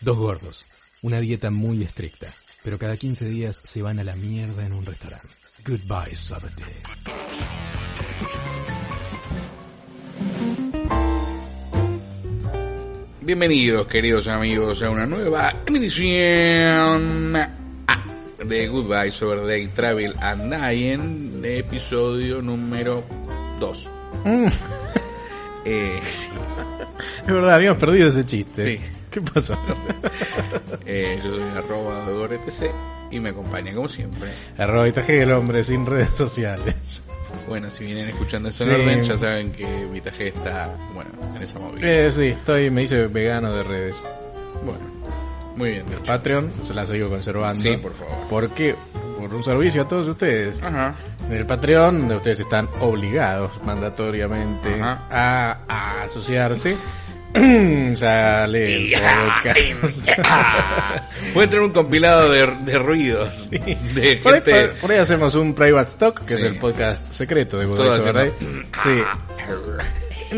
Dos gordos, una dieta muy estricta, pero cada 15 días se van a la mierda en un restaurante. Goodbye, Saturday. Bienvenidos, queridos amigos, a una nueva emisión ah, de Goodbye Over Day Travel and Dying, episodio número 2. Eh, sí, Es verdad, habíamos perdido ese chiste. Sí. ¿Qué pasó? eh, yo soy arroba DoreTC y me acompaña como siempre. Arrobitaje del hombre sin redes sociales. Bueno, si vienen escuchando esto en Sí. orden, ya saben que Vitaje está, bueno, en esa movida. Eh, sí, estoy, me hice vegano de redes. Bueno, muy bien, Nacho. Patreon, se la sigo conservando. Sí, por favor. ¿Por Ah. qué? Por un servicio a todos ustedes. Ajá. En el Patreon, donde ustedes están obligados mandatoriamente Ajá. a, a asociarse. Sale el podcast. Voy a tener un compilado de, de ruidos. De Por gente. ahí, por- por ahí hacemos un private stock, que es Sí. el podcast secreto de Todo Godoy ¿verdad? haciendo- Sí.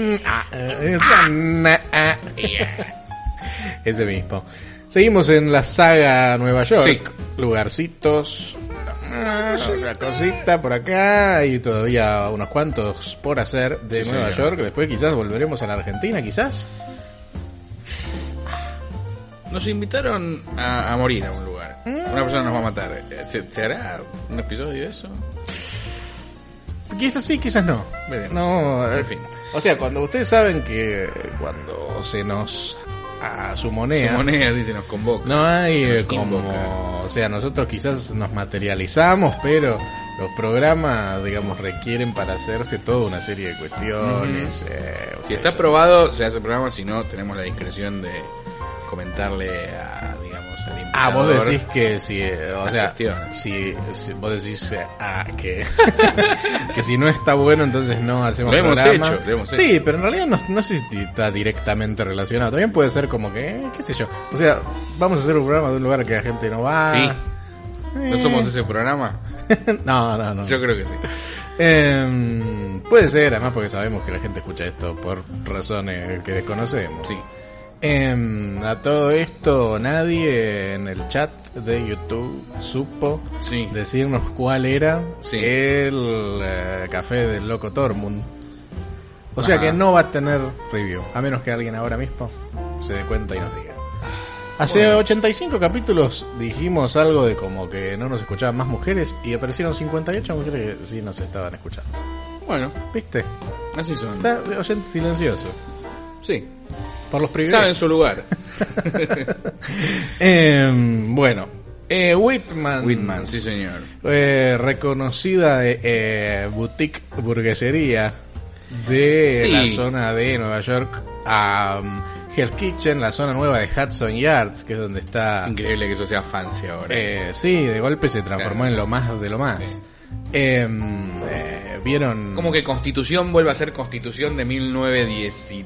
Es una- ah. Ese mismo. Seguimos en la saga Nueva York. Lugarcitos. Otra cosita por acá. Y todavía unos cuantos por hacer de Sí, Nueva señor. York. Después quizás volveremos a la Argentina, quizás. Nos invitaron a, a morir a un lugar. Mm. Una persona nos va a matar. Eh, ¿Se, se hará un episodio de eso? Quizás sí, quizás no. Veremos. No, En eh, fin. O sea, cuando ustedes saben que eh, cuando se nos a su Su moneda, moneda sí se nos convoca. no hay eh, Nos como, invoca. o sea, nosotros quizás nos materializamos, pero los programas, digamos, requieren para hacerse toda una serie de cuestiones. eh, o Si sea, está yo- aprobado, se hace el programa. Si no, tenemos la discreción de comentarle a, digamos, al invitado. Ah, vos decís que si, eh, o Las sea, cuestiones. si, si vos decís eh, ah, que, que si no está bueno, entonces no hacemos Lo hemos programa. hecho, lo hemos sí, pero en realidad no, no sé si está directamente relacionado. También puede ser como que, eh, qué sé yo. O sea, vamos a hacer un programa de un lugar que la gente no va. Sí. Eh, ¿No somos ese programa? Ah. no, no, no. Yo creo que sí. Em, puede ser, además, porque sabemos que la gente escucha esto por razones que desconocemos. Sí. Em, a todo esto, nadie en el chat de YouTube supo Sí. decirnos cuál era Sí. el eh, café del loco Tormund. O sea Ajá. que no va a tener review, a menos que alguien ahora mismo se dé cuenta y nos diga. Hace Bueno. 85 capítulos dijimos algo de como que no nos escuchaban más mujeres y aparecieron 58 mujeres que sí nos estaban escuchando. Bueno, ¿Viste? así son. Está oyente silencioso. Sí. Por los privilegios. Saben su lugar. Eh, bueno, eh, Whitman. Whitman, sí señor. Eh, reconocida eh, eh, boutique burguesería de Sí. la zona de Nueva York a Hell's Kitchen, la zona nueva de Hudson Yards, que es donde está... Increíble que eso sea fancy ahora. Eh, sí, de golpe se transformó Claro. en lo más de lo más. Eh, eh, Vieron... Como que Constitución vuelve a ser Constitución de 1912.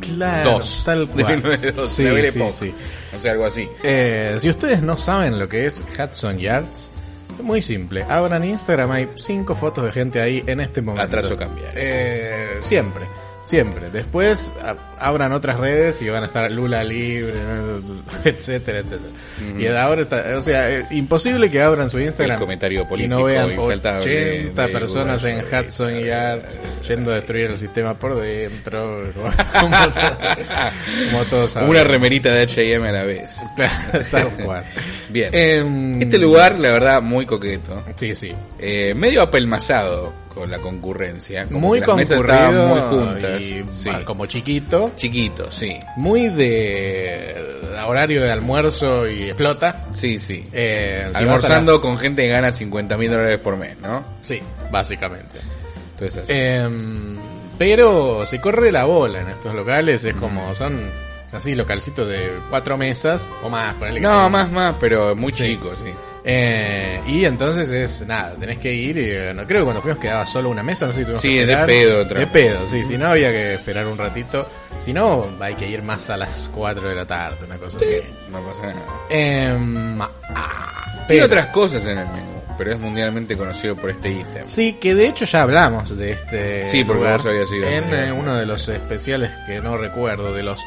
Claro, tal De cual. 1912. Sí, la Belle sí, Époque. sí. O sea, algo así. Eh, si ustedes no saben lo que es Hudson Yards, es muy simple. Abran Instagram, hay cinco fotos de gente ahí en este momento. Atraso cambiar. Eh, siempre, siempre. Después a- abran otras redes y van a estar Lula libre, etcétera, etcétera. Y ahora está, o sea, eh, imposible que abran su Instagram El comentario y político no vean infaltable 80 de- Eh, de personas Uruguay en sobre- Hudson Yards yendo a destruir el sistema por dentro, como, como todos saben. Una remerita de H&M a la vez. Tal cual. Bien. Em, Este lugar, la verdad, muy coqueto. Sí, sí. Eh, medio apelmazado con la concurrencia. Como Muy que las mesas concurrido. estaban muy juntas. y, Sí. ah, Como chiquito. Chiquito, sí. Muy de horario de almuerzo y explota. Sí, sí. Eh, si Almorzando vas a las- con gente que gana 50 mil dólares por mes, ¿no? Sí, básicamente. Entonces, así. Em, pero se corre la bola en estos locales. Es como, Mm. son así localcitos de cuatro mesas o más. ponele que no, tenga- más, más, pero muy Sí. chico, sí. Eh, y entonces es nada, tenés que ir. Y, eh, no, creo que cuando fuimos quedaba solo una mesa, no sé si tuvimos Sí, que de esperar. pedo otra De vez. pedo, sí, si no había que esperar un ratito. Si no, hay que ir más a las 4 de la tarde, una cosa así. No pasa nada. Em, ah, Tiene pero- otras cosas en el menú, pero es mundialmente conocido por este ítem. Sí, que de hecho ya hablamos de este. Sí, porque lugar vos habías ido. En eh, uno de los especiales que no recuerdo, de los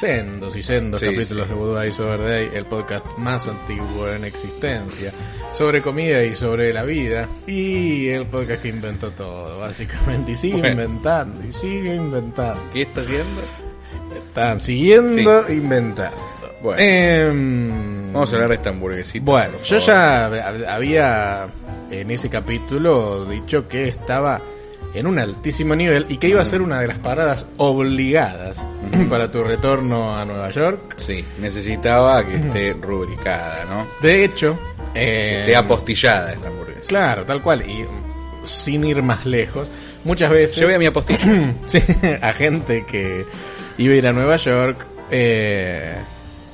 sendos y sendos Sí, capítulos sí. de Goodbye Sober Day, el podcast más antiguo en existencia, sobre comida y sobre la vida, y el podcast que inventó todo, básicamente, y sigue Bueno. inventando, y sigue inventando. ¿Qué está haciendo? Están siguiendo inventando. Bueno. Em, Vamos a hablar de esta hamburguesita. Eh, Bueno, por yo favor. ya hab- había en ese capítulo dicho que estaba en un altísimo nivel y que iba a ser una de las paradas obligadas para tu retorno a Nueva York. Sí, necesitaba que esté rubricada, ¿no? De hecho, Que eh, esté apostillada esta hamburguesa. claro, tal cual, y sin ir más lejos, muchas veces... Yo voy a mi apostilla. Sí, a gente que iba a ir a Nueva York eh,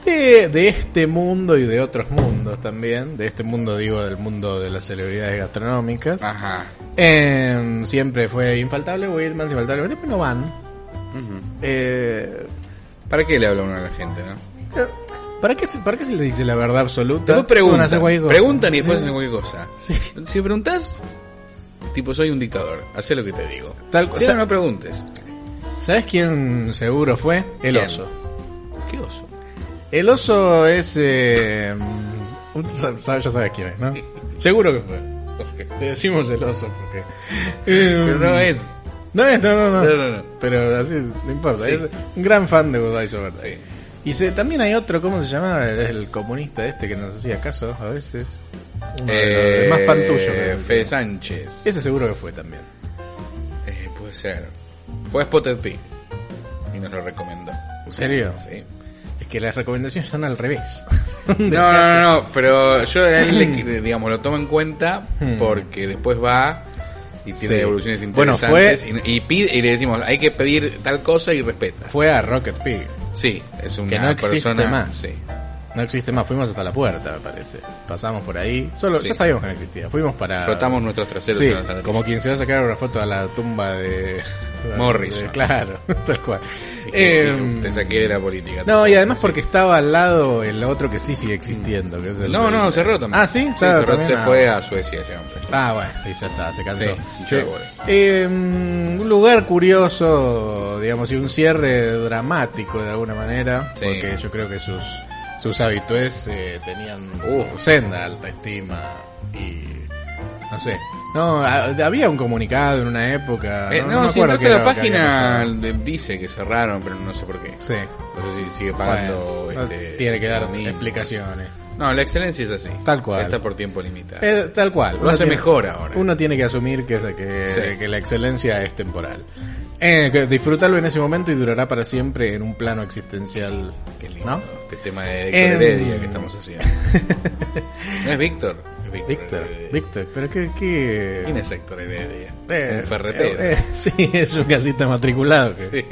de, de este mundo y de otros mundos también. De este mundo, digo, del mundo de las celebridades gastronómicas. Ajá. Eh, siempre fue infaltable Whitman, infaltable, Whitman, pero no van. Ujú. Eh, ¿Para qué le habla uno a la gente, no? ¿para, qué, se- ¿Para qué se le dice la verdad absoluta? Después Van a preguntan. hacer cualquier cosa. Preguntan y después Sí. hacen cualquier cosa. Sí. Si preguntas, tipo, soy un dictador. Hacé lo que te digo. Tal Si cosa. no, no preguntes. ¿Sabes quién seguro fue? El ¿Quién? oso. ¿Qué oso? El oso es... eh, un- sa- sa- ya sabes quién es, ¿no? Seguro que fue. Te decimos el oso porque... Eh, Pero no es. No es, no, no, no. No, no, no. Pero así, no importa. Sí. Es un gran fan de Godai Sober Sí. Y se- también hay otro, ¿cómo se llamaba? El, el comunista este que nos hacía caso a veces. Uno de los- el más fan tuyo. creo que Eh, Fede fue. Sánchez. Ese seguro que fue también. Eh, puede ser. Fue a Spotted Pig. Y nos lo recomendó. ¿En serio? Sí. Es que las recomendaciones son al revés. No, no, no, no, pero yo a él, Mm. le- digamos, lo tomo en cuenta porque después va y tiene Sí. evoluciones Bueno, interesantes y, y pide, y le decimos, hay que pedir tal cosa y respeta. Fue a Rocket Pig. Sí, es una Que no existe persona más. Sí. No existe más, fuimos hasta la puerta, me parece. Pasamos por ahí. Solo, Sí. Ya sabíamos que no existía. Fuimos para... Frotamos nuestros traseros Sí, en la tarde. como quien se va a sacar una foto a la tumba de Morrison. de- claro, tal cual. Y que- Em, te saqué de la política. no, y además porque estaba al lado el otro que sí sigue existiendo. Que es el No, del- no, cerró también. Ah, sí, Claro, cerró, también, se ah. fue a Suecia ese hombre. Ah, bueno, y ya está, se cansó. Sí, sí, ya voy. Eh, un lugar curioso, digamos, y un cierre dramático de alguna manera, Sí. porque yo creo que sus sus habitués eh, tenían Uh. senda alta estima y no sé. No, ha- había un comunicado en una época. Eh, Ah, no, no, me si acuerdo entras qué a la era lo que había página pasado. de- dice que cerraron, pero no sé por qué. Sí. No sé si sigue pagando. Bueno, este, tiene que dar dominio. explicaciones. No, la excelencia es así. Tal cual. Está por tiempo limitado. Eh, tal cual. Lo Uno hace tiene- mejor ahora. Uno tiene que asumir que, esa- que, Sí. que la excelencia es temporal. Eh, que disfrutarlo en ese momento y durará para siempre en un plano existencial. Qué lindo. ¿No? Este tema de Em. Héctor Heredia que estamos haciendo. ¿No es Víctor? Es Víctor. Víctor, Heredia. Víctor, pero qué... qué... ¿Quién es Héctor Heredia? Eh, Un ferretero. eh, eh, sí, es un casita matriculado. que-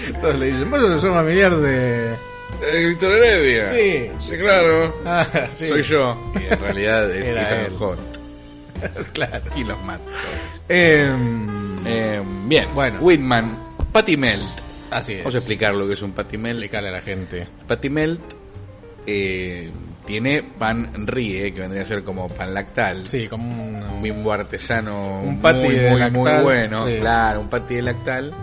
Sí. Todos le dicen, vos sos familiar de... Eh, Víctor Heredia. Sí. Sí, claro. Ah, sí. Soy yo. Y en realidad es Era Ethan él. Hunt. Claro. Y los mato. Em, Eh, bien. Bueno. Whitman. Patty Melt. así es. Vamos a explicar lo que es un Patty Melt. Explicarle a la gente. Patty Melt eh, tiene pan ríe, que vendría a ser como pan lactal. Sí, como un... un bimbo artesano Un patty muy, de muy, lactal, muy bueno, sí. claro, un patty de lactal.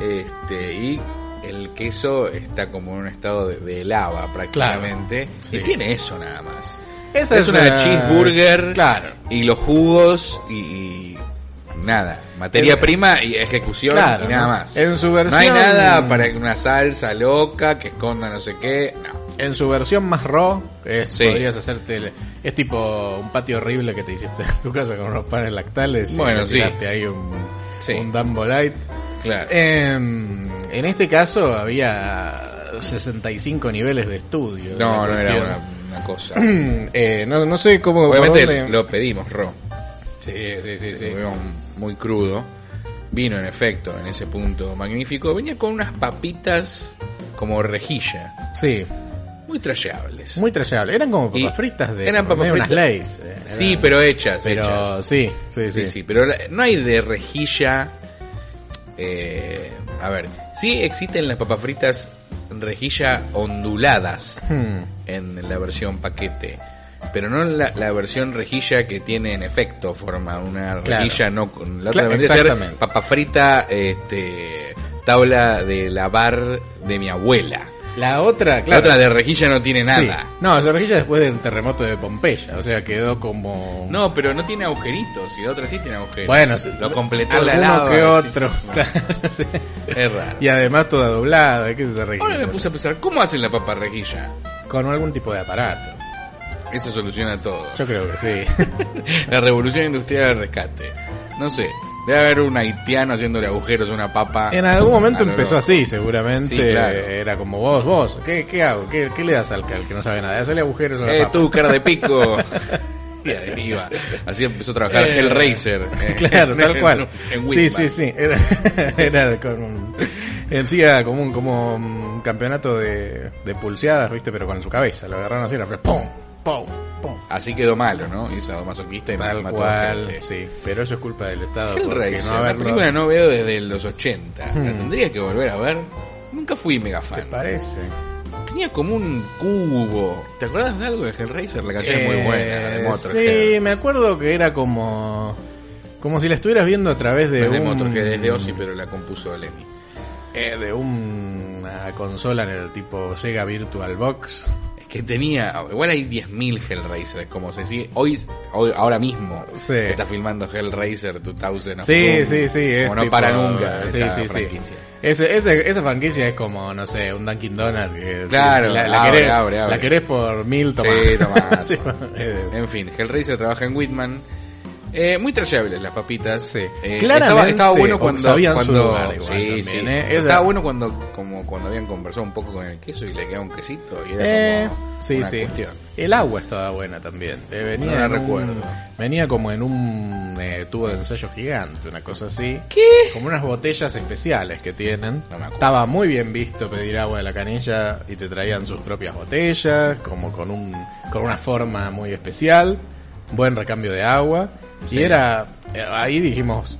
Este, y el queso está como en un estado de, de lava prácticamente. sí. Y tiene eso nada más. Esa es una la- cheeseburger Claro. y los jugos y, y nada, materia Es- prima y ejecución Claro, y nada ¿no? más. En su No hay versión- nada para una salsa loca que esconda no sé qué, no. En su versión más raw, es- Sí. podrías hacerte. el- es tipo un patio horrible que te hiciste en tu casa con unos panes lactales. Bueno, y le sí. tiraste ahí un, Sí. un Dumbo Light. Claro. Em, en este caso había 65 niveles de estudio. de no, la no era una, cuestión. una cosa. Eh, no, no sé cómo. por Obviamente dónde- lo pedimos, Ro. Sí, sí, sí. Sí, sí. veo un- muy crudo. Vino en efecto en ese punto magnífico. Venía con unas papitas como rejilla, Sí, muy trajeables. muy trayable. Eran como Y papas fritas de. eran papas medio fritas. Unas leyes. eh, sí, eran- pero hechas, pero. hechas. Sí, Sí, sí, sí. sí, pero la- no hay de rejilla. eh, a ver, sí existen las papas fritas rejilla onduladas Hmm. en la versión paquete, pero no la, la versión rejilla que tiene en efecto forma una Claro. rejilla no con la otra Claro, vendría a ser exactamente. papa frita este tabla de lavar de mi abuela. La otra, claro. La otra de rejilla no tiene Sí. nada. No, esa rejilla después del terremoto de Pompeya, o sea, quedó como... No, pero no tiene agujeritos y la otra sí tiene agujeritos. Bueno, lo completó alguno la lava. que sí. otro. Sí. Es raro. Y además toda doblada, ¿qué es esa rejilla? Ahora me puse a pensar, ¿cómo hacen la papa rejilla? Con algún tipo de aparato. Eso soluciona todo. Yo creo que sí. La revolución industrial del rescate. No sé, debe haber un haitiano haciéndole agujeros a una papa. en algún momento A lo empezó loco. así, seguramente. Sí, claro. Era como vos, vos. ¿Qué, qué hago? ¿Qué, qué le das al cal que no sabe nada? Hazle agujeros a la Eh, papa. tú, cara de pico. y ahí iba. Así empezó a trabajar Eh, Hellraiser. eh, Claro, en- tal cual. en sí, Whitman. sí, sí. Era, era con un- en sí era como un, como un campeonato de, de pulseadas, ¿viste? Pero con su cabeza. Lo agarraron así, la ¡pum! ¡pum! ¡pum! Así quedó malo, ¿no? Y masoquista y Tal mató a cual, gente. sí. Pero eso es culpa del Estado. porque Hellraiser, no la haberlo- película no veo desde los 80. La Hmm. tendría que volver a ver. Nunca fui mega fan. Parece. Tenía como un cubo. ¿Te acuerdas de algo de Hellraiser? La canción es Eh, muy buena, la de Motorhead. Sí, me acuerdo que era como... Como si la estuvieras viendo a través de No es de un... Motorhead, es de Ozzy, pero la compuso Lemmy. eh, de una consola en el tipo Sega Virtual Box. Es que tenía. Igual hay 10.000 Hellraisers, como se sigue. Hoy, hoy- ahora mismo, Sí. se está filmando Hellraiser 2000. of Sí, Doom, sí, sí. es Como no tipo- para nunca. Sí, esa sí, sí. franquicia. Ese- ese- esa franquicia es como, no sé, un Dunkin' Donuts. que- Claro, la, la abre, querés, abre, abre. la querés por mil tomás. Sí, tomá, tomá. eh, En fin, Hellraiser trabaja en Whitman. Eh, muy trayables las papitas. Sí. Eh, Claramente estaba, estaba bueno cuando. sabían su cuando lugar igual sí, también, sí. eh. Pero Esa- Estaba bueno cuando, como cuando habían conversado un poco con el queso y le quedaba un quesito. Y era eh, como sí, una sí. cuestión. El agua estaba buena también. eh, venía No la en un- recuerdo. venía como en un eh, tubo de ensayo gigante, una cosa así. ¿Qué? Como unas botellas especiales que tienen. No me acuerdo. Estaba muy bien visto pedir agua de la canilla y te traían sus propias botellas, como con un con una forma muy especial, buen recambio de agua Sí. y era eh, ahí dijimos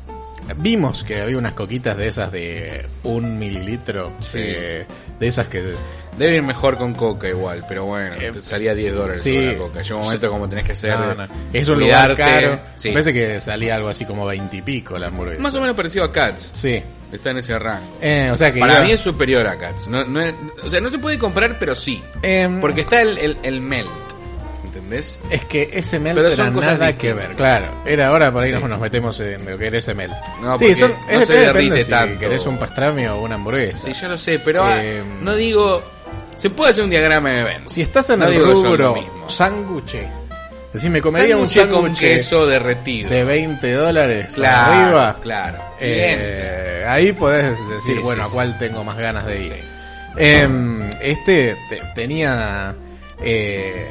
vimos que había unas coquitas de esas de un mililitro Sí. eh, de esas que Debe ir mejor con coca igual, pero bueno, te salía 10 dólares Eh, sí. con la coca. Llega un momento como tenés que hacer. No, no. Es un lugar cuidarte. caro. Sí. Me Parece que salía algo así como veintipico la hamburguesa. Más o menos parecido a Cats. Sí. Está en ese rango. Eh, o sea que. Para iba- mí es superior a Cats. No, no es- o sea, no se puede comprar, pero sí. Em, Porque está el, el, el melt. ¿Entendés? Es que ese melt Pero no son era cosas nada que distintas. ver. Claro. Era ahora por ahí Sí. nos- nos metemos en lo que era ese melt. No, porque no se es- depende derrite si tanto. querés un pastrami o una hamburguesa. Sí, ya lo sé, pero ah, Eh, no digo. Se puede hacer un diagrama de Venn. Si estás en No el digo que son rubro lo mismo. sanguche, decís, me comería un Sándwiches con sándwich queso derretido. de 20 dólares para claro, arriba. Claro. Bien. Eh, ahí podés decir, Sí, bueno, sí, a cuál tengo más ganas de ir. Sí. Em, este te- tenía eh,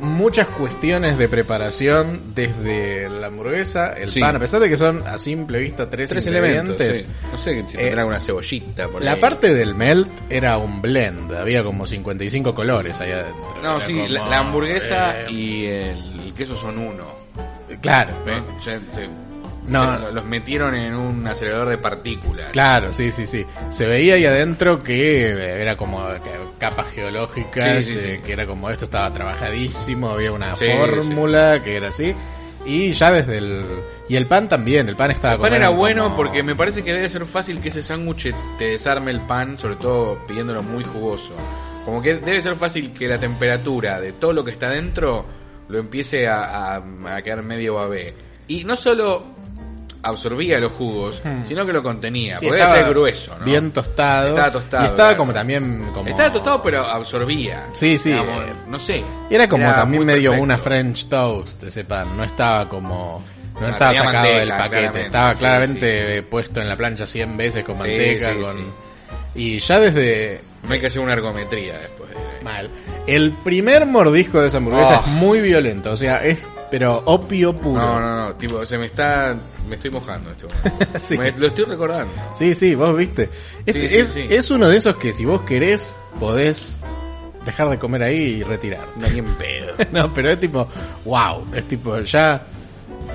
muchas cuestiones de preparación desde la hamburguesa, el Sí. pan, a pesar de que son a simple vista tres, Tres ingredientes. elementos. sí. Eh, No sé si tendrá una cebollita por La ahí. parte del melt era un blend, había como 55 colores ahí adentro. No, Era sí, como, la, la hamburguesa eh, y el, el queso son uno. Claro, ¿ven? Se- se- ¿Eh? No. se lo- los metieron en un acelerador de partículas. Claro, sí, sí, sí. Se veía ahí adentro que eh, era como que capas geológicas, Sí, sí, eh, sí. que era como esto estaba trabajadísimo, había una Sí, fórmula que era así. Y ya desde el... Y el pan también, el pan estaba El pan como- era bueno como- porque me parece que debe ser fácil que ese sándwich te desarme el pan, sobre todo pidiéndolo muy jugoso. Como que debe ser fácil que la temperatura de todo lo que está dentro lo empiece a, a- a quedar medio babé. Y no solo absorbía los jugos, sino que lo contenía. Hmm. Sí, porque debe estaba ser grueso, ¿no? Bien tostado. Estaba tostado, Y estaba claro. como también como... Estaba tostado, pero absorbía. Sí, sí, Digamos, eh, no sé. Era como también muy medio perfecto. una French toast ese pan, no estaba como... No Ah, estaba tenía sacado del manteca, paquete, claramente, estaba sí, claramente sí, puesto en la plancha 100 veces con Sí, manteca, sí, con... sí. Y ya desde, No hay que hacer una ergometría después. de- Mal. El primer mordisco de esa hamburguesa Oh. es muy violento, o sea, es pero opio puro. No, no, no. Tipo, se me está. Me estoy mojando en este momento. Sí. Me- lo estoy recordando. Sí, sí, vos viste. Es, Sí, sí, es- sí. es uno de esos que si vos querés, podés dejar de comer ahí y retirar. No, ni en pedo. no, pero es tipo, wow, es tipo, ya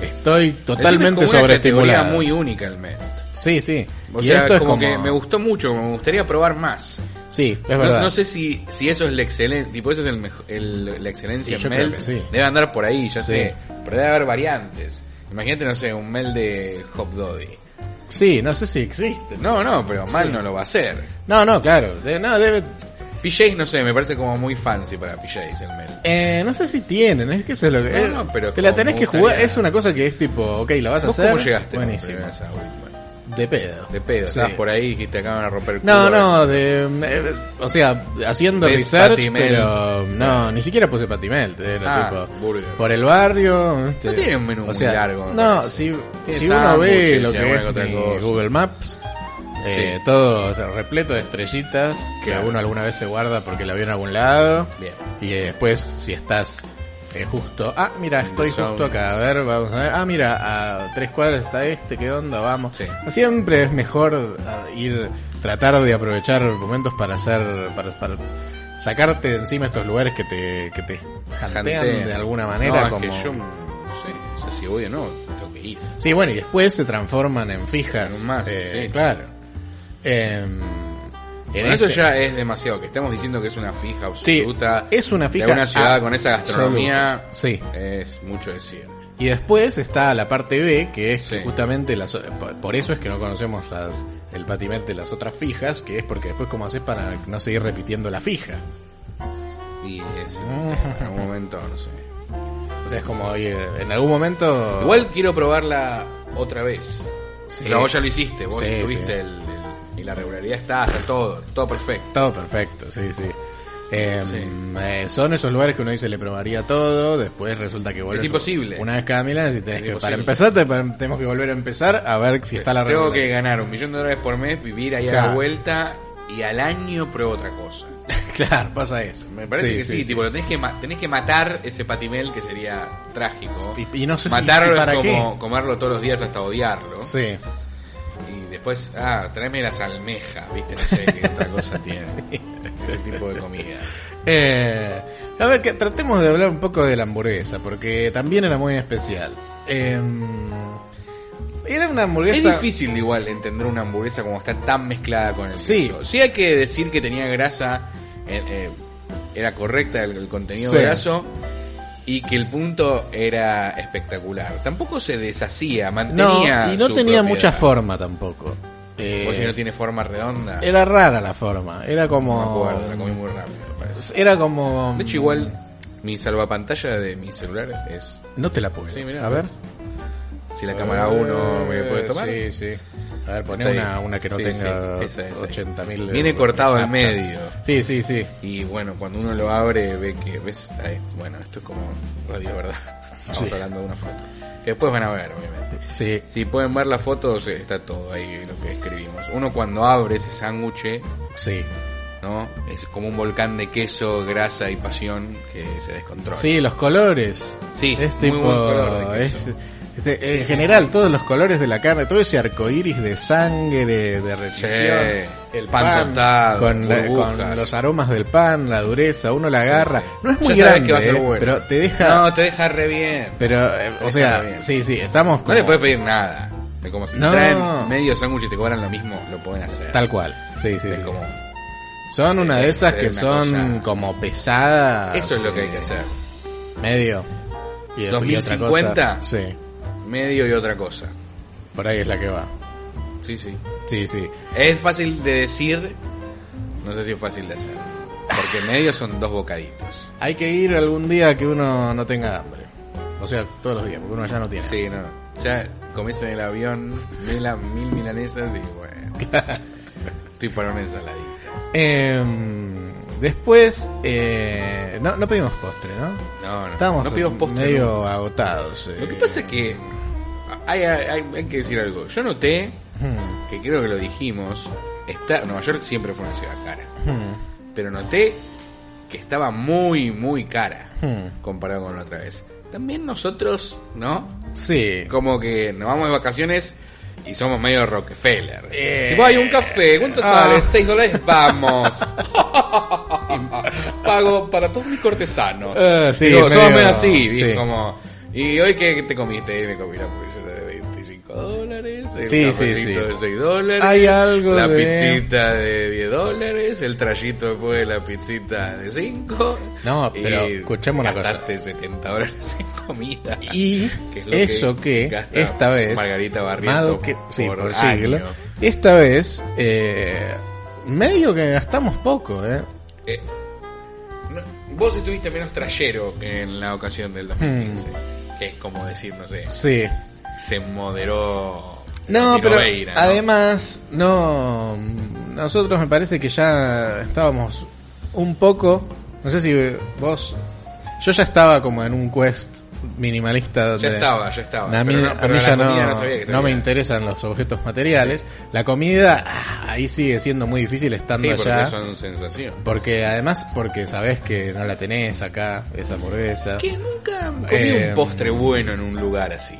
estoy Encima totalmente es como una categoría sobreestimulado. muy única el Met. Sí, sí. O y sea, esto es como, como que me gustó mucho, como me gustaría probar más. Sí, es No- verdad. No, sé si, si eso es la excelencia, tipo eso es el mejo- el- la excelencia Sí, yo en mel. creo que sí. Debe andar por ahí, ya Sí. sé, pero debe haber variantes. Imagínate, no sé, un mel de Hop Doddy. Sí, no sé si existe. No, no, pero mal no lo va a hacer. No, no, claro. De- no, debe. PJs, no sé, me parece como muy fancy para PJs el mail. eh, no sé si tienen, es que eso es lo que. No, eh, no, pero te la como tenés me que gustaría. jugar. Es una cosa que es tipo, ok, la vas a ¿Vos hacer. cómo llegaste? Buenísimo. primero a Whitman? De pedo. De pedo, Sí. estabas por ahí y te acaban de romper el culo. No, no, de, eh, o sea, haciendo Ves research, patimelt. pero no, ni siquiera puse patimelt, era Ah, tipo, burger. por el barrio. este, No tiene un menú o muy sea, largo, me No, parece. si, Tiene si uno ve sándwiches, lo y que alguna es que otra mi cosa. Google Maps, eh, Sí. todo repleto de estrellitas que Claro. uno alguna vez se guarda porque la vio en algún lado. Bien. Y eh, después, si estás eh, justo, ah, mira, estoy Zone. justo acá, a ver, vamos a ver, ah, mira, a tres cuadras está este, qué onda, vamos. Sí. Siempre es mejor ah, ir, tratar de aprovechar momentos para hacer, para, para sacarte de encima estos lugares que te, que te jantean Jantean. de alguna manera. No, como... es que yo, no sé, o sea, si voy o no, tengo que ir. Sí, bueno, y después se transforman en fijas. En más, eh, sí. Claro. Eh, en Bueno, eso este- ya es demasiado, que estemos diciendo que es una fija absoluta. Sí, es una fija De una ciudad absoluta. con esa gastronomía. Sí. Es mucho decir. Y después está la parte B, que es Sí. justamente las, o- por- por eso es que no conocemos las, el patimel de las otras fijas, que es porque después cómo haces para no seguir repitiendo la fija. Y es en algún momento, no sé. O sea, es como, oye, en algún momento... Igual quiero probarla otra vez. Ah. Sí. Pero vos ya lo hiciste, vos Sí, tuviste sí. el, el- y la regularidad está, está todo, todo perfecto. Todo perfecto, sí, sí. Eh, Sí. eh, son esos lugares que uno dice le probaría todo, después resulta que vuelves imposible. Una vez cada mil años y tenés Es que, para imposible. empezar, te- para- tenemos que volver a empezar a ver si está la Tengo regla. que ganar un millón de dólares por mes, vivir ahí a la Claro. vuelta y al año pruebo otra cosa. claro, pasa eso. Me parece que sí, sí. tipo, lo tenés que, ma- tenés que matar ese patimel que sería trágico. Y- y no sé si- Matarlo ¿y para es como comerlo todos los días hasta odiarlo. Sí. Y después, ah, tráeme las almejas, viste, no sé qué otra cosa tiene. Ese tipo de comida. Eh, a ver, que tratemos de hablar un poco de la hamburguesa, porque también era muy especial. Eh, era una Es hamburguesa... difícil igual entender una hamburguesa como está tan mezclada con el Sí. queso. Sí hay que decir que tenía grasa, eh, eh, era correcta el, el contenido Sí. graso y que el punto era espectacular. Tampoco se deshacía, No, mantenía y no su tenía propiedad. mucha forma tampoco. Eh, O si no tiene forma redonda. Era rara la forma, era no como... me acuerdo, la comí muy rápido, me parece. Era como... De hecho, igual mi salvapantalla de mi celular es... No te la puedo. Sí, mirá, pues. a ver. Eh, Si la cámara 1 me puede tomar. Sí, sí. A ver, poné Está ahí. una, una que no Sí, tenga sí, esa, esa. 80.000. Viene cortado al Snapchats. medio. Ah. Sí, sí, sí. Y bueno, cuando uno lo abre, ve que, ves, Ay, bueno, esto es como radio, ¿verdad? Estamos Sí. hablando de una foto. Que después van a ver, obviamente. Sí. Si pueden ver las fotos, eh, está todo ahí lo que escribimos. Uno cuando abre ese sándwich, Sí. ¿no? Es como un volcán de queso, grasa y pasión que se descontrola. Sí, los colores. Sí, es muy tipo. buen color de es- queso. este, en general, todos los colores de la carne, todo ese arcoíris de sangre, de, de rechazón, Sí. el Pan pan, tostado, con, la- burbujas. con los aromas del pan, la dureza, uno la agarra. Sí, sí. No es muy Ya sabes grande, que va a ser eh, bueno. pero te deja. No, te deja re bien. pero, eh, o Está bien. sea, sí, sí, estamos. No le como- puedes pedir nada. Es Como si te No. traen medio sándwich y te cobran lo mismo, lo pueden hacer. Tal cual. Sí, sí, es sí. como. Son una eh, de esas ser que una son cosa- como pesadas. Eso es lo que hay eh, que hacer. Medio. Y, después- y otra cosa- 2050. Sí, Medio y otra cosa. por ahí es la que va. Sí, sí. Sí, sí. Es fácil de decir, no sé si es fácil de hacer. Porque medio son dos bocaditos. Hay que ir algún día que uno no tenga hambre. O sea, todos los días, porque uno ya no tiene. Sí, no. Ya comés en el avión mil, a- mil milanesas y bueno. Estoy para una ensaladita. Em, después, eh, no, no pedimos postre, ¿no? No, no. Estábamos no pedimos postre. medio nunca. agotados. eh. Lo que pasa es que hay, hay- hay que decir algo. Yo noté, Hmm, que creo que lo dijimos, está, Nueva York siempre fue una ciudad cara. hmm, Pero noté que estaba muy, muy cara Hmm. comparado con la otra vez. También nosotros, ¿no? Sí. Como que nos vamos de vacaciones y somos medio Rockefeller. Eh. Tipo, hay un café, ¿cuánto Ah. sale? 6 dólares, vamos. Pago para todos mis cortesanos. Eh, sí, Digo, es somos medio- medio así, ¿viste? sí. como... ¿Y hoy qué te comiste? Y me comí una hamburguesa de 25 dólares, el Sí, cafecito sí, sí. de 6 dólares, Hay algo la de- pizzita de 10 dólares, el trayito después de la pizzita de 5. No, pero escuchemos una cosa. 70 dólares en comida. Y que es lo eso que, gasta esta vez, Margarita Barriento más que- sí, por por, siglo, año. esta vez, eh, medio que gastamos poco, ¿eh? Eh, no, vos estuviste menos trayero en la ocasión del 2015. Hmm. Que es como decir, no sé, Sí. se moderó. No, Tino pero Veira, ¿no? además, no, nosotros me parece que ya estábamos un poco, no sé si vos, yo ya estaba como en un quest minimalista. Ya de- estaba, ya estaba. A mí, pero no, a pero mí la ya comida no, no sabía que no me sabía. interesan los objetos materiales. La comida, ah, ahí sigue siendo muy difícil estando Sí, porque allá. son sensación. Porque además, porque sabés que no la tenés acá, esa hamburguesa. Que nunca comí Eh, un postre bueno en un lugar así.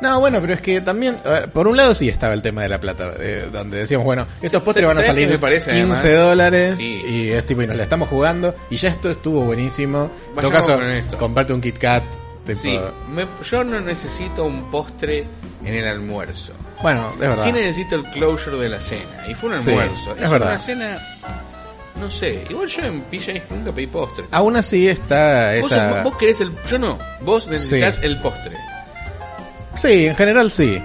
No, bueno, pero es que también, a ver, por un lado sí estaba el tema de la plata, eh, donde decíamos, bueno, estos Sí, postres sí, van a ¿sabés salir qué me parece, 15 además? dólares Sí. y es tipo, y nos la estamos jugando y ya esto estuvo buenísimo. En todo Vayamos caso, con esto. comparte un Kit Kat. tipo- Sí, me- yo no necesito un postre en el almuerzo. Bueno, es verdad. Sí necesito el closure de la cena. Y fue un Sí, almuerzo. es Hizo verdad. Una cena, no sé. Igual yo en PJs nunca pedí postre. Aún así está Vos, esa... vos querés el... Yo no. Vos necesitas el postre. Sí, en general sí.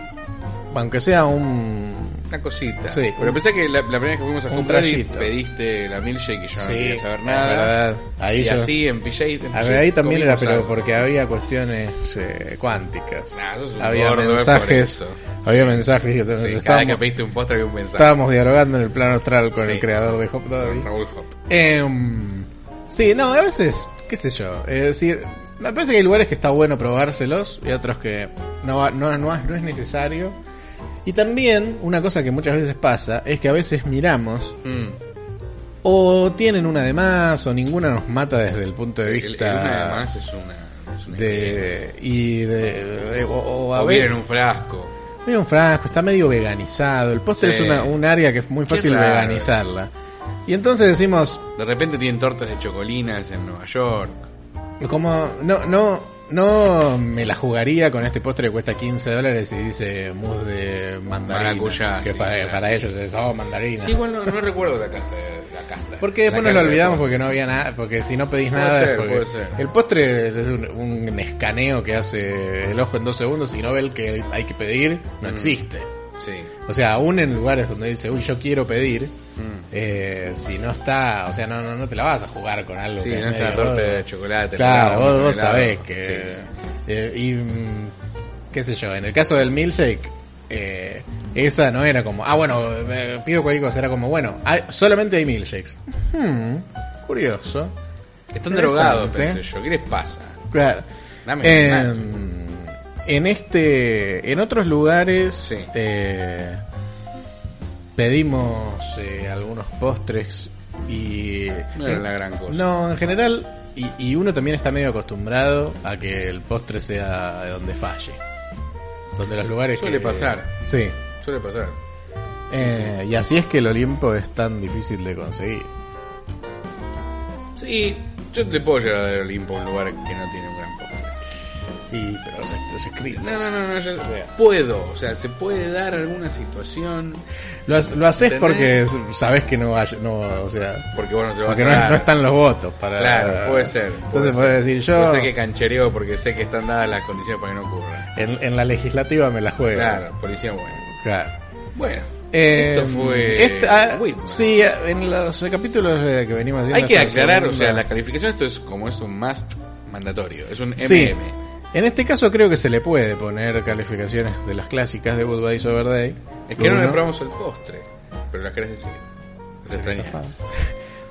Aunque sea un... Una cosita. Sí. Pero pensé que la, la primera vez que fuimos a Un comprar y trayito. pediste la milkshake y yo no Sí, quería saber es nada. verdad. Ahí y yo- así en PJs... en A PJs ver, ahí también era, comimos pero algo. porque había cuestiones eh, cuánticas. Nah, sos un había gordo, eh, por mensajes. eso. Había mensajes. que Sí, estábamos, cada vez que pediste un postre había un mensaje. estábamos dialogando en el plano astral con Sí. el creador de Hop Dog. Raúl Hop. Em, sí, no, a veces, qué sé yo. eh, sí, me parece que hay lugares que está bueno probárselos y otros que no, va- no, no, es- no es necesario. Y también, una cosa que muchas veces pasa es que a veces miramos Mm. o tienen una de más o ninguna nos mata desde el punto de El- el vista una de más es una... es una idea. de y de, de- o, o a O ver viene en un frasco. mira un frasco está medio veganizado el postre Sí. es una, un área que es muy Qué fácil raro veganizarla y entonces decimos De repente tienen tortas de chocolinas en Nueva York. como no no no me la jugaría con este postre que cuesta 15 dólares y dice mousse de mandarina Maracuyá, que sí, para, claro. para ellos es oh mandarina Sí, igual no, no recuerdo la casta. La casta. porque después La nos casta lo de olvidamos postre. porque no había nada, porque si no pedís Puede nada... ser, es porque- puede ser. El postre es un, un escaneo que hace el ojo en dos segundos y no ve el que hay que pedir, Mm. no existe. Sí. O sea, aún en lugares donde dice, uy, yo quiero pedir, eh, si no está, o sea, no, no, no te la vas a jugar con algo. Sí, que es no está la medio- torta de chocolate. Claro, helado, vos, no vos helado. sabés que... Sí, sí. eh, y, mm, qué sé yo, en el caso del milkshake, eh, esa no era como, ah, bueno, eh, pido cualquier cosa, era como, bueno, hay- solamente hay milkshakes. Hmm, curioso. Están drogados, Interesante. pensé yo. ¿Qué les pasa? Claro. Dame Eh, mal. en este, en otros lugares Sí. eh, pedimos eh, algunos postres y No era la gran cosa. no, en general y, y uno también está medio acostumbrado a que el postre sea donde falle, donde los lugares Suele que- pasar. sí. Suele pasar. Eh, Y así es que el Olimpo es tan difícil de conseguir. Sí, yo te puedo llevar al Olimpo a un lugar que no tiene un gran postre. Y pero se, se escribe. No, no, no, no yo sea. puedo. O sea, se puede dar alguna situación Lo, ha- lo haces porque ¿Entendés? sabes que no vaya, no, o sea, porque bueno, se lo vas Porque a no, dar. no están los votos para. Claro, puede ser. puede Entonces puedes ser. decir yo. Puede ser que canchereo porque sé que están dadas las condiciones para que no ocurra. en, en la legislativa me la juego. Claro, policía bueno. Claro. Bueno, Eh, esto fue. este- ah, Whitman. sí, ah, en los capítulos eh, que venimos haciendo. Hay que esta aclarar, o sea, segunda- la calificación esto es como es un must mandatorio, es un MM. Sí. En este caso creo que se le puede poner calificaciones de las clásicas de Goodbye Over Day. Es que no le Uno. probamos el postre, pero las querés decir. Las extrañas.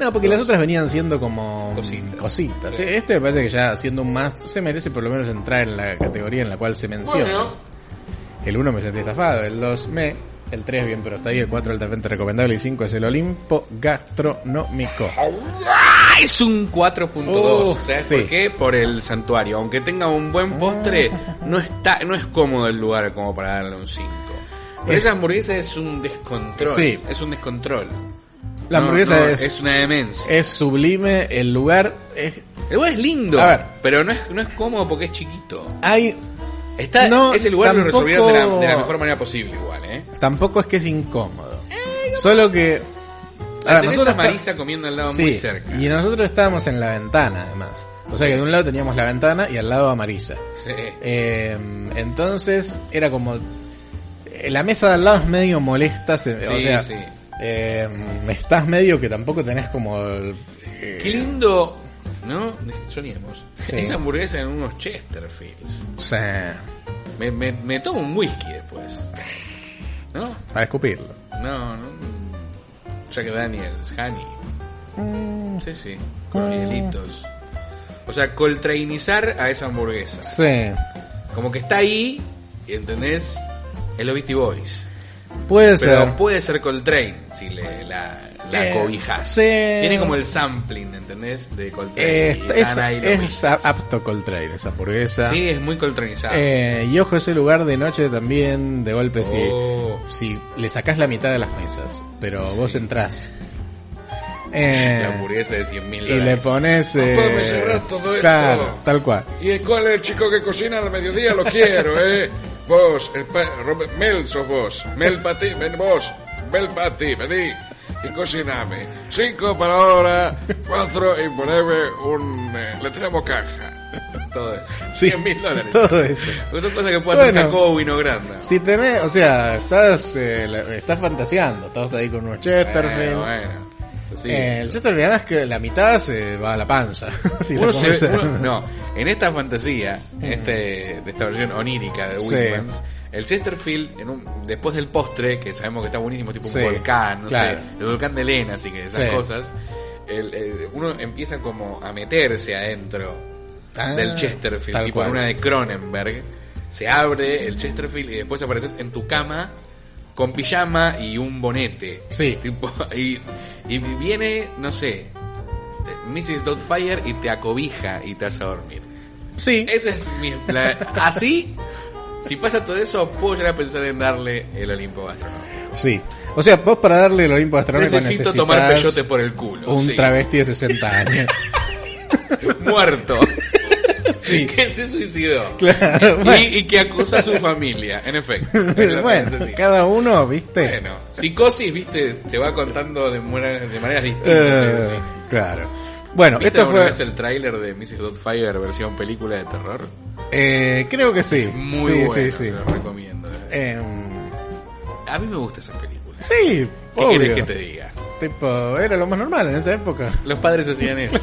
No, porque las otras venían siendo como Cositas. cositas. Sí. Este me parece que ya siendo un más se merece por lo menos entrar en la categoría en la cual se menciona. El 1 me sentí estafado, el 2 me, el 3 bien pero está ahí, el 4 altamente recomendable y 5 es el Olimpo gastronómico. Ah, es un 4.2. Uh, ¿Sabes sí. Ah. por qué? Por el santuario. Aunque tenga un buen postre, no está no es cómodo el lugar como para darle un 5. Pero Es- esa hamburguesa es un descontrol. Sí. Es un descontrol. La No, hamburguesa no, es, Eh, es es, una demencia. sublime, el lugar es... El lugar es lindo, A ver. pero no es, no es cómodo porque es chiquito. Hay Está, No, ese lugar tampoco- lo resolvieron de la, de la mejor manera posible, igual, ¿eh? Tampoco es que es incómodo. Solo que. A La ver, tenés a está- Marisa comiendo al lado Sí, muy cerca. Y nosotros estábamos en la ventana, además. O sea que de un lado teníamos la ventana y al lado a Marisa. Sí. Eh, entonces era como. eh, La mesa de al lado es medio molesta. se- o Sí, sea, sí. eh, estás medio que tampoco tenés como. el- eh, Qué lindo, ¿no? Soníamos. Sí. Esa hamburguesa en unos Chesterfields. o sea, Me, me, me tomo un whisky después. ¿No? para escupirlo. No, no. Jack Daniels, Honey. Mm. Sí, sí. Con hielitos. O sea, coltrainizar a esa hamburguesa. Sí. Como que está ahí, y ¿entendés? Es los Beastie Boys. Puede Pero ser. puede ser Coltrane si le, la, la Eh, cobijas. sí. Tiene como el sampling, ¿entendés? De Coltrane. Eh, y está- están es ahí los es Beasties. a- apto Coltrane esa hamburguesa. Sí, ah. es muy coltraneizado. Eh, y ojo, ese lugar de noche también, de golpe, sí. Oh. si le sacás la mitad de las mesas, pero vos entrás. La Eh, hamburguesa de 100 mil y le pones. No eh, puedo me cerrar todo esto. Claro, tal cual. ¿Y el cuál es el chico que cocina al mediodía? Lo quiero, ¿eh? Vos, el pa- Robert- Mel sos vos. Mel Pati, ven vos. Mel Pati, vení y cociname. Cinco para ahora, cuatro y poneme un... eh, le tenemos caja. Todo eso. Sí, 100 mil dólares. Todo eso. Pues son cosas que puede hacer Bueno. Jacobo Winogranda. Si tenés, o sea, estás, eh, la- estás fantaseando, estás ahí con unos Chesterfield. Bueno, bueno. Sí. Eh, el Chesterfield es que la mitad se va a la panza. si lo Uno se pones ve- en- uno- no, en esta fantasía, en este, de esta versión onírica de Sí. Whitman's, el Chesterfield, en un, después del postre, que sabemos que está buenísimo, tipo Sí, un volcán, no claro. sé, el volcán de Elena, así que esas Sí. cosas, el- el- uno empieza como a meterse adentro Ah, del Chesterfield, tal tipo en cual. una de Cronenberg, se abre el Chesterfield y después apareces en tu cama con pijama y un bonete. Sí. Tipo, y, y viene, no sé, Mrs. Doubtfire y te acobija y te hace dormir. Sí, Esa es mi. la- así, si pasa todo eso, puedo llegar a pensar en darle el Olimpo gastronómico. sí. O sea, vos para darle el Olimpo Astronómico Necesito tomar necesitas peyote por el culo. Un sí. travesti de 60 años. Muerto. Sí. que se suicidó. claro. Y- bueno. Y, que acusa a su familia, en efecto. Es lo que bueno, necesito. cada uno, viste. Bueno, psicosis, viste, se va contando de, muera- de maneras Eh, distintas. sí, sí. Claro. Bueno, ¿Viste esto alguna este fue. vez el tráiler de Mrs. Doubtfire versión película de terror? eh, creo que sí. Muy sí, bueno, se sí, sí. lo recomiendo. eh. Em, A mí me gusta esa película. sí, ¿Qué obvio. quieres que te diga? Tipo, era lo más normal en esa época. Los padres hacían eso.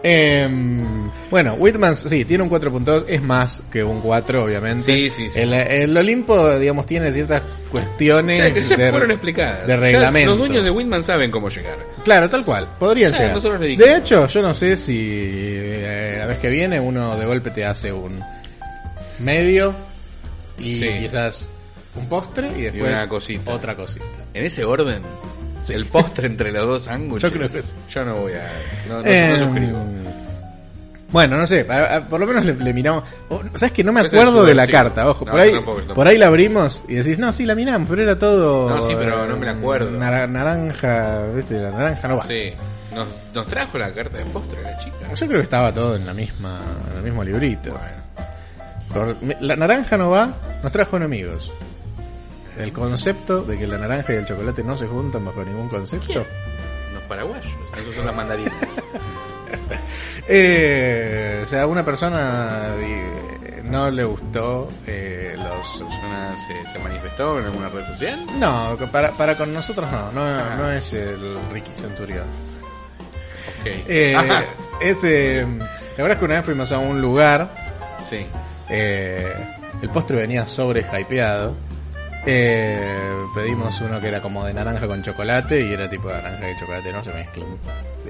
Em, bueno, Whitman's, sí, tiene un 4.2, es más que un 4, obviamente. Sí, sí, sí. El, el Olimpo, digamos, tiene ciertas O cuestiones. sea, que ya de- fueron explicadas. de Ya reglamento. los dueños de Whitman saben cómo llegar. Claro, tal cual. Podrían Ah, llegar. nosotros le dijimos. de hecho, yo no sé si eh, la vez que viene uno de golpe te hace un medio y Sí. quizás un postre y después una cosita. otra cosita. En ese orden, el postre entre los dos sándwiches. Yo creo que sí. Yo no voy a. No, no, Eh, no suscribo. Bueno, no sé, a- a- por lo menos le, le miramos. o- ¿Sabes que no me Pero ese es acuerdo de la subversivo. carta? Ojo, No, por ahí yo tampoco, yo tampoco. por ahí la abrimos y decís, no, sí, la miramos, pero era todo. No, sí, pero eh, no me la acuerdo. nara- naranja, ¿viste? La naranja no va. Sí. Nos, nos trajo la carta de postre la chica. Yo creo que estaba todo en la misma, en el mismo librito. Bueno. Por- me- la naranja no va, nos trajo enemigos. El concepto de que la naranja y el chocolate no se juntan bajo ningún concepto. Los paraguayos, esos son las mandarinas. Eh, o sea, una persona eh, no le gustó eh, los... Persona se, se manifestó en alguna red social. No, para, para con nosotros no, no, Ah. no es el Ricky Centurión. Ok. Eh, Ajá. es, eh, la verdad es que una vez fuimos a un lugar Sí. Eh, el postre venía sobre hypeado. Eh, pedimos uno que era como de naranja con chocolate y era tipo naranja y chocolate no se mezclan.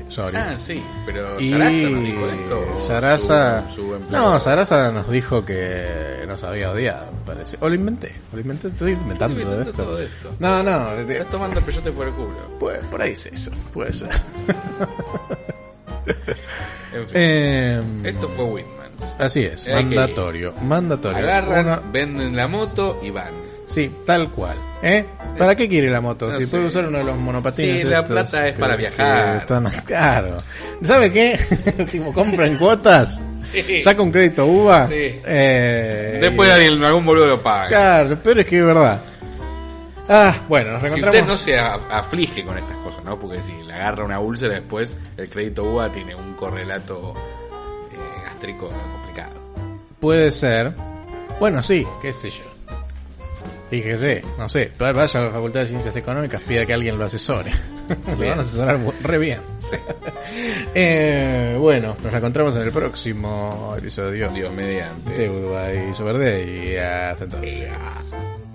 Sorry. Ah, sí, pero Y Sarasa nos dijo esto. o Sarasa- su- su empleador. no, Sarasa nos dijo que nos había odiado, me parece. O lo inventé, o lo inventé, estoy inventando Estoy todo inventando esto. todo esto. No, no, de- Estás tomando peyote por el culo. pu- por ahí es eso, puede ser. En fin. Eh, esto fue Whitman's. así es, Eh, Hay que ir. mandatorio, mandatorio. Agarran, Uno- venden la moto y van. Sí, Sí, tal cual. ¿Eh? ¿Para qué quiere la moto? No si sé. puede usar uno de los monopatines. Sí, la estos, plata es que- para que viajar. están- claro. ¿Sabe qué? Tipo, compren cuotas, Sí. saca un crédito UVA. Sí. eh, Después y- alguien- algún boludo lo paga. Claro, pero es que es verdad. Ah, bueno, nos Si reencontramos. usted no se a- aflige con estas cosas, ¿no? Porque si le agarra una úlcera después, el crédito UBA tiene un correlato eh, gástrico complicado. Puede ser. Bueno, sí, qué sé yo. Fíjese, no sé, vaya a la Facultad de Ciencias Económicas, pida que alguien lo asesore. lo van a asesorar bu- re bien. Eh, bueno, nos encontramos en el próximo episodio Dios mediante. de Uruguay Sobre Day. Hasta entonces.